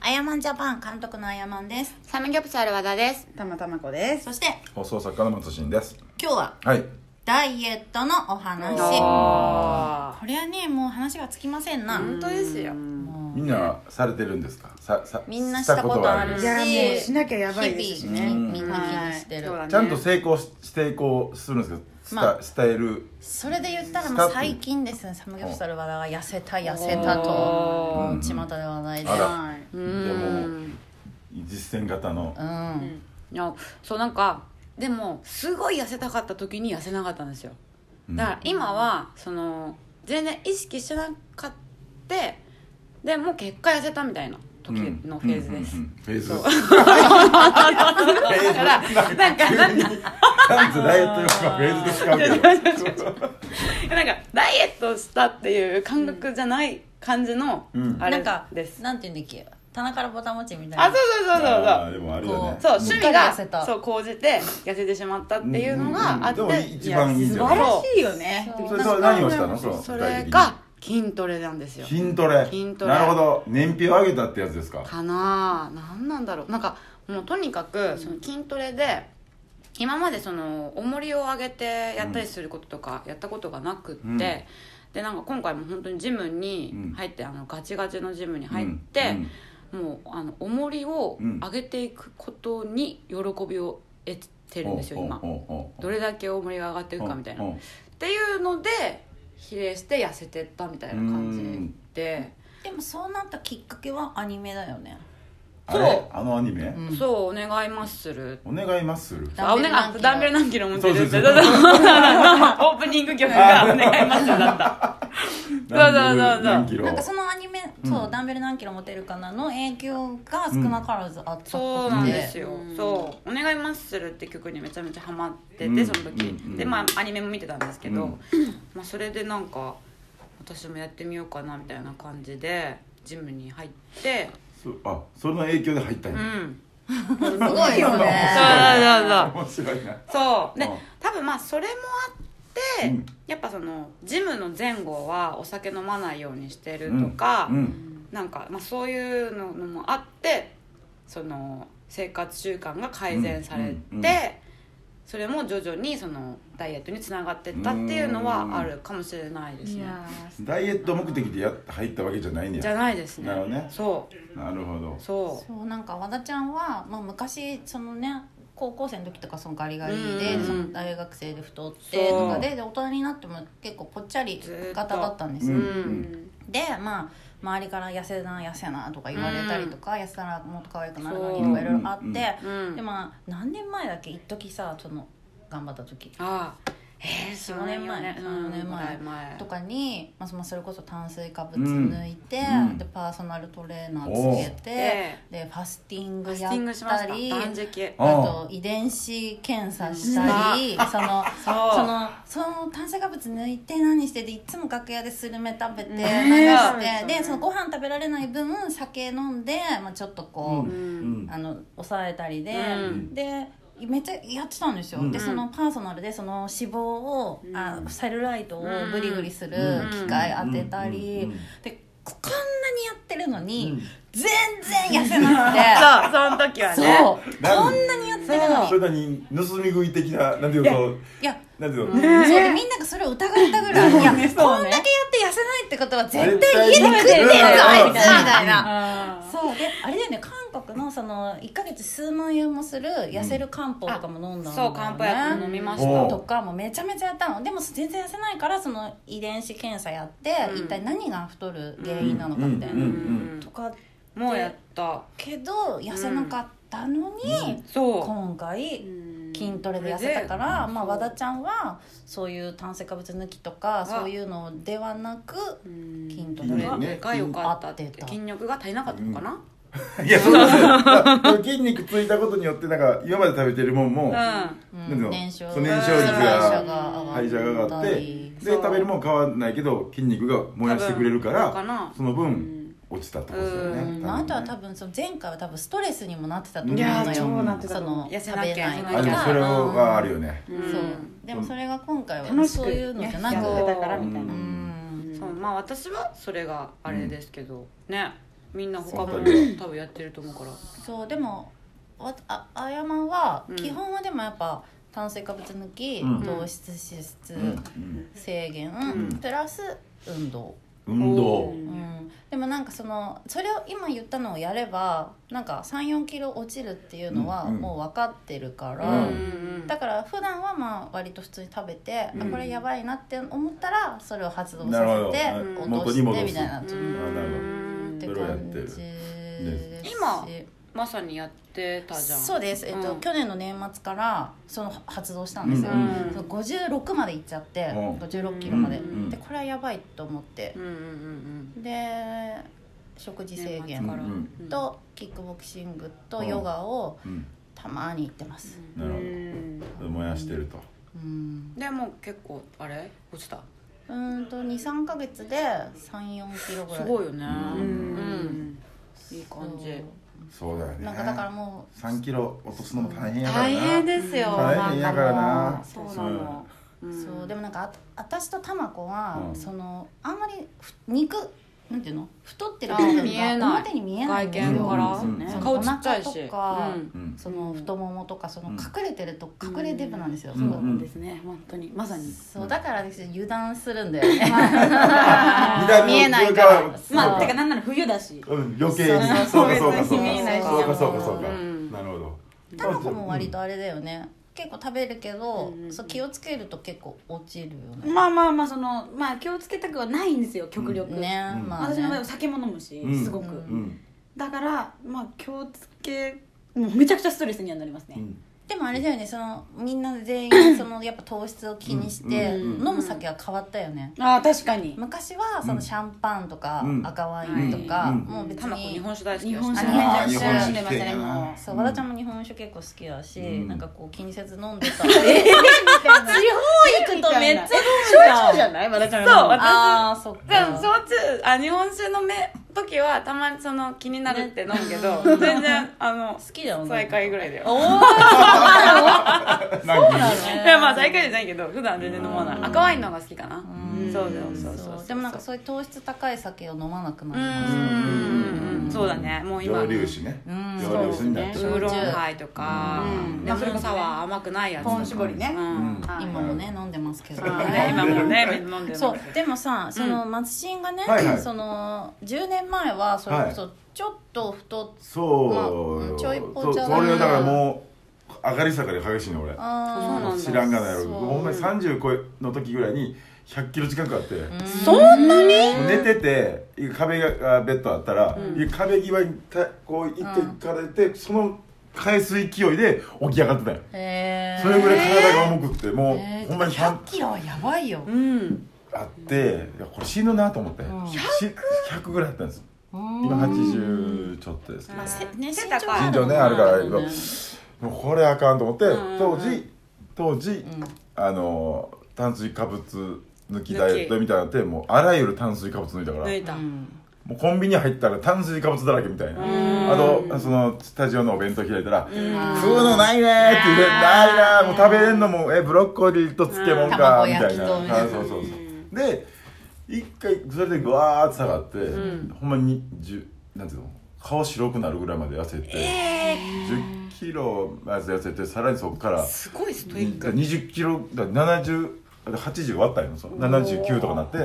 アヤマンジャパン監督のアヤマンですサムギョプサル和田です。たまたまこですそして放送作家の松信です今日ははいダイエットのお話あこれはねもう話がつきませんな本当ですよ。みんなされてるんですかささみんなしたことあるいしやもうしなきゃやばいですしね日々みんな気にしてる、はいそうだねちゃんと成功ししていこうするんですけどスタ、ま伝えるそれで言ったらもう最近ですねサムギョプサル和田が痩せた痩せたとおーうん巷で話題であらはいうんでも実践型のう、んいやそうなんかでもすごい痩せたかった時に痩せなかったんですようんだから今はその全然意識してなかったでもう結果痩せたみたいな時のフェーズです、うんうんうんフェーズだからなんかなんかなんとダイエット用がフェーズで使うけどなんかダイエットしたっていう感覚じゃない感じのうんなあんれかです、なんて言うんだっけ棚からぼたもちみたいなあそうそうそうそうそうあーでもあるよねそううん趣味しっかり痩せたがそう高じて痩せてしまったっていうのがあって、うんうんうんでも一番いいんじゃないや素晴らしいいよねそれそれ何をしたのそのいそ具体れ的にが筋トレなんですよ筋トレ筋トレなるほど燃費を上げたってやつですかかな何なんだろうなんかもうとにかくその筋トレで今までその重りを上げてやったりすることとかやったことがなくって、うんでなんか今回も本当にジムに入って、あのガチガチのジムに入って、もうあの重りを上げていくことに喜びを得てるんですよ、今どれれだけ重りが上がっていくかみたいなっていうので比例して痩せてったみたいな感じで、でもそうなったきっかけはアニメだよねあそうれあのアニメうんそうお願いマッスルお願いまするダあンおベル願何いダンベル何キロ持ってるってそうそそううそそううそうあのオープニング曲がお願いマッスルだったそうそうそう何キロなんかそのアニメそう、うんダンベル何キロ持てるかなの影響が少なからずあったっぽくてそうなんですよ、うんそう「お願いマッスル」って曲にめちゃめちゃハマってて、うんその時、うんでまあアニメも見てたんですけど、うんまあ、それでなんか私もやってみようかなみたいな感じでジムに入ってそうあそれの影響で入ったんうやんすごいよそねうそうそうそう面白いなそうでうん多分まあそれもあって、うんやっぱそのジムの前後はお酒飲まないようにしてるとか、うんなんか、まあ、そういうのもあってその生活習慣が改善されて、うんうんうんそれも徐々にそのダイエットにつながってったっていうのはあるかもしれないですねダイエット目的でやっ入ったわけじゃないんじゃやないですねなるほどねそうなるほどそそうなんか和田ちゃんは、まあ、昔そのね高校生の時とかそのガリガリで、うんその大学生で太ってとかでで大人になっても結構ぽっちゃり型だったんですうよ、うん、でまあ周りから「痩せな痩せな」とか言われたりとか「痩せたらもっと可愛くなるのに」とかいろいろあって、うんうんうんでまあ何年前だっけ一時さその頑張った時ああえー、四そうなんよ五年前ね三四年前うん前とかに、まあ、そのそれこそ炭水化物うん抜いて、うんでパーソナルトレーナーつけてえでファスティンファグステやィングしまっしたたり断食あと遺伝子検査したり、そのそうそのその炭水化物抜いて何してでいつも楽屋でスルメ食べて流ねして、そうでそのご飯食べられない分酒飲んで、まあ、ちょっとこう、んあの抑えたりで、うんでめっちゃやってたんですよ、うんでそのパーソナルでその脂肪を、あセルライトをブリブリする機械当てたり、うんうんうんでこんなにやってるのに、うん全然痩せなくて。そうその時はねそうなんこんなにやってるのにそれなりに盗み食い的ななんていうのいやなんていうのそうでみんながそれを疑ったぐらい、いや、ねこんだけやって痩せないってことは絶対家で食ってんぞ絶対あいつみたいな。あそうであれだよね韓国のその1か月数万円もする痩せる漢方とかも飲んだんだそようね漢方薬飲みましおたとうかもめちゃめちゃやったのでも全然痩せないからその遺伝子検査やって、うん一体何が太る原因なのかみたいな、うんうんとかもうやったけど痩せなかったのに、そ今回う筋トレで痩せたから、まあ、そう和田ちゃんはそういう炭水化物抜きとかそういうのではなくうん筋トそレれが、ねが良かったって合ってた筋力が足りなかったのかな、いやそうなんですよ筋肉ついたことによってなんか今まで食べてるもんも、ううんなんていうの燃焼そう燃焼率が代謝が上がってでそう食べるもん変わんないけど筋肉が燃やしてくれるか多分そうからなその分落ちたってことですよねうん多分まあ、あとはね多分その前回は多分ストレスにもなってたと思ういのよやーそうなってたそと思のう痩せ食なきべゃない痩せなきあでもゃそれはあよるよねんそうでもそれが今回楽はしくそういうのじゃなやくってたからみたいうなーんそうまあ私はそれがあれですけど、ねみんな他もそうだね多分やってると思うからそうでもわああやまんは、うん基本はでもやっぱ炭水化物抜き、うん糖質脂質、うん制限、んプラス運動、うん運動ううんん、でもなんかそのそれを今言ったのをやればなんか34キロ落ちるっていうのはうんうんもう分かってるかうんら、うんうんだから普段はまあ割と普通に食べて、うんあこれやばいなって思ったらそれを発動なるほさどせてはい落と元にして戻すみたいな、ううんあなるほどんってそれをやって感るじです今まさにやってたじゃんそうです、えっとうん去年の年末からその発動したんですよ、うんその56まで行っちゃって、うん56キロまで、うんでこれはやばいと思ってう、んうんうんで食事制年末か限らうんとキックボクシングとうんヨガをうんたまに行ってます、うんなるほどうん燃やしてるとうんでも結構あれ落ちたうーんと23か月で34キロぐらすいごいよねううんんいい感じそうだよそうねなんかだからもう3キロ落とすのも大変やからな大変ですよ大変やからなそうなのんそうでもなんかあ私とたまこは、うんそのあんまりふ肉なんていうの太ってるあ部分が見えない表に見えない外んです見よからうんうんうん顔ちっちゃいしお腹とかうんうんその太ももとかそのうん隠れてると隠れデブなんですよ、うんそううんうんですね本当にまさにそうだから私油断するんだよね見えないからまあてかなんなら冬だしうん余計にそうかそうかそうか見えないしそうかそうかそうかうんなるほどタマコも割とあれだよね結構食べるけど、うんうんそう気をつけると結構落ちるよね、まあまあまあそのまあ気をつけたくはないんですよ極力、ね、うんまあ、ね、私の場合は酒も飲むし、うんすごく、うんうんだからまあ気をつけもうめちゃくちゃストレスにはなりますね、うんでもあれだよねそのみんな全 員そのやっぱ糖質を気にして、うん飲む酒は変わったよねああ確かに昔はそのシャンパンとかうん赤ワインとか、うんもう別タマコ日に、本酒大好き日だし本酒あねめちゃくちゃ飲んでましたね日本酒もそう和田ちゃんも日本酒結構好きだし、うんなんかこう気にせず飲んで た、えう地方行くとめっちゃ飲む焼酎じゃないまだちゃんそう私ああそっでもか焼酎あ日本酒のめ時はたまにその気になるって飲むけど全然あの好きだよね最下位ぐらいだよ なんかいやまあ最下位じゃないけど普段全然飲まない赤ワインの方が好きかなそうそうそうそうそうでもなんかそういう糖質高い酒を飲まなくなうりましんうんそうだねもう今蒸留酒ねうん蒸留酒になってウしまーうロンハイとかうんレモンサワー甘くないやつとか本絞りねうんたはい今もね飲んでますけどそうね今もねみんな飲んでるそうでもさその松新がね、はいはいその10年前はそれこそちょっと太っそうよまあちょいぽそうちそゃだねれはだからもう上がり下がり激しいの俺あーそうなんだ知らんがなよそうほんまに30超えの時ぐらいに100キロ近くあってそんなにもう寝てて壁がベッドあったら、壁際にたこう行って行かれて、その返す勢いで起き上がってたよえー、それぐらい体が重くってもう、えーほんまに100 100キロはやばいよ、うんあっていやこれ死ぬなと思って、んし 100? ぐらいあったんです今今80ちょっとですけどせね背身高い長身る長もんねあるからねもうこれあかんと思ってうん当時当時んあの炭水化物抜きダイエットみたいなのってもうあらゆる炭水化物抜いたから抜いたうんもうコンビニ入ったら炭水化物だらけみたいなあとそのスタジオのお弁当開いたら「食うのないね」って言って「ないな」もう食べれんのもえブロッコリーと漬物かうんみたいな卵焼きとみたいなはいそうそうそうで一回それでぐわーって下がってほんまに10なんていうの顔白くなるぐらいまで痩せて10キロまず痩せてさらにそこからすごいストイック20キロだ70だ80割ったんよその79とかなっても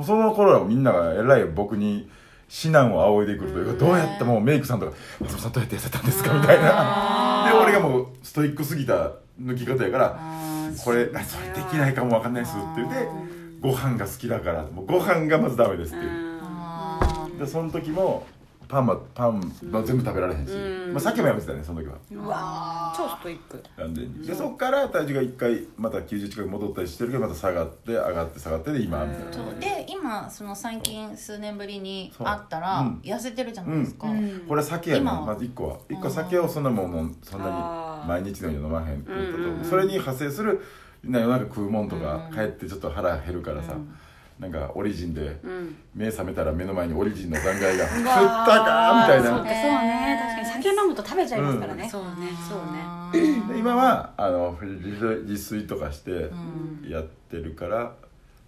うその頃はみんながえらい僕に指南を仰いでくるというかどうやってもうメイクさんとか「松本さんどうやって痩せたんですか?」みたいなで俺がもうストイックすぎた抜き方やからあ「これあそれできないかもわかんないです」って言って「ご飯が好きだからもうご飯がまずダメです」っていうあーでその時もパンはパンは全部食べられへんしうんまあさっきもやめてたねその時はうわ超ストイックなんででそこから体重が1回また90近く戻ったりしてるけどまた下がって上がって下がってで今みたいなそうで今その最近数年ぶりにそう会ったらうん痩せてるじゃないですか、これ酒やね今はまず1個は1個酒をそんなもんもうそんなあにー毎日のように飲まへんっていうことうんうんうんそれに派生するな夜中食うもんとか帰ってちょっと腹減るからさ、なんかオリジンでうん目覚めたら目の前にオリジンの残骸が「食ったか!」みたいそうかそうなね確かに酒飲むと食べちゃいますからね、そうねそうねあで今はあの自炊自炊とかしてやってるから、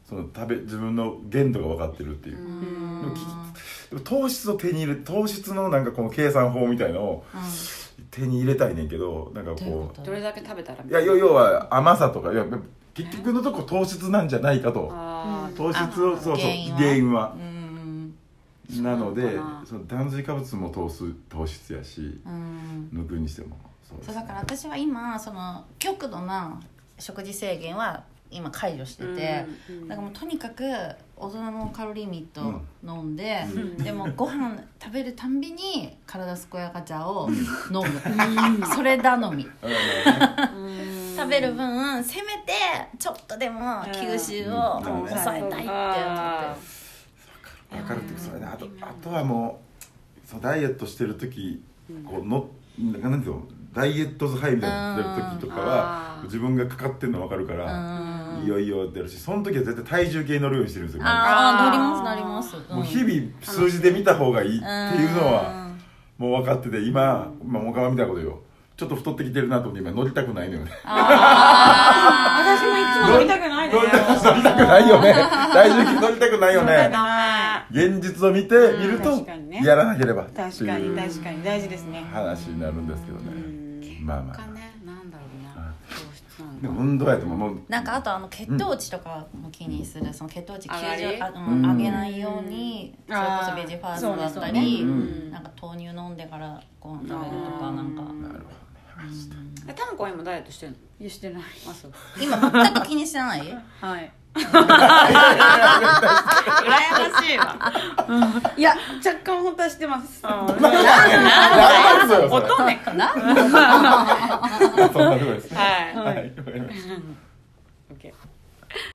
その食べ自分の限度が分かってるっていうう、んでもきでも糖質を手に入れ糖質のなんかこの計算法みたいのを手に入れたいねんけどなんかどういうここうとどれだけ食べたらいや要要は甘さとかいや結局のとこ糖質なんじゃないかとあー糖質をそうそう原因は原因はうんなのそうでなのかなその炭水化物も糖質糖質やしうん抜くにしてもそうですそうねだから私は今その極度な食事制限は今解除してて、うんうんだからもうとにかく大人のカロリーミット飲んで、うんでもご飯食べるたんびに体健やか茶を飲む、それ頼み食べる分せめてちょっとでも吸収をうん抑えたいって思ってあ分かるってそれねあとあとはもうそうダイエットしてる時こうのなんかなんていうのダイエットズハイみたいなのしてる時とかうんあはー自分がかかってるの分かるかうらんいよいよってやるしその時は絶対体重計乗るようにしてるんですよあああーなりますなります、うんもう日々数字で見た方がいいっていうのはもう分かってて今まあもう川みたいなことよちょっと太ってきてるなと思って今乗りたくないのよね私もいつも乗りたくないです乗りたくないよね体重計乗りたくないよね現実を見て見ると確かにねやらなければって確かいにう確かに大事ですね話になるんですけどねまあま他あねなんだろうはな糖質なんでだも運動やともうなんかあとあの血糖値とかも気にする、その血糖値上がり90あ、う、うんん上げないように、そうんれこあーそベジファーストだったそうねり、そうねうんなんか豆乳飲んでからご飯食べるとかうんなんかなるほどねえタンコは今ダイエットしてんのいやしてないあそう今全く気にしてないはい羨ましいわいや若干本当はしてます 何なんですよそれ乙女かなそんなとこですねはいはいわかりました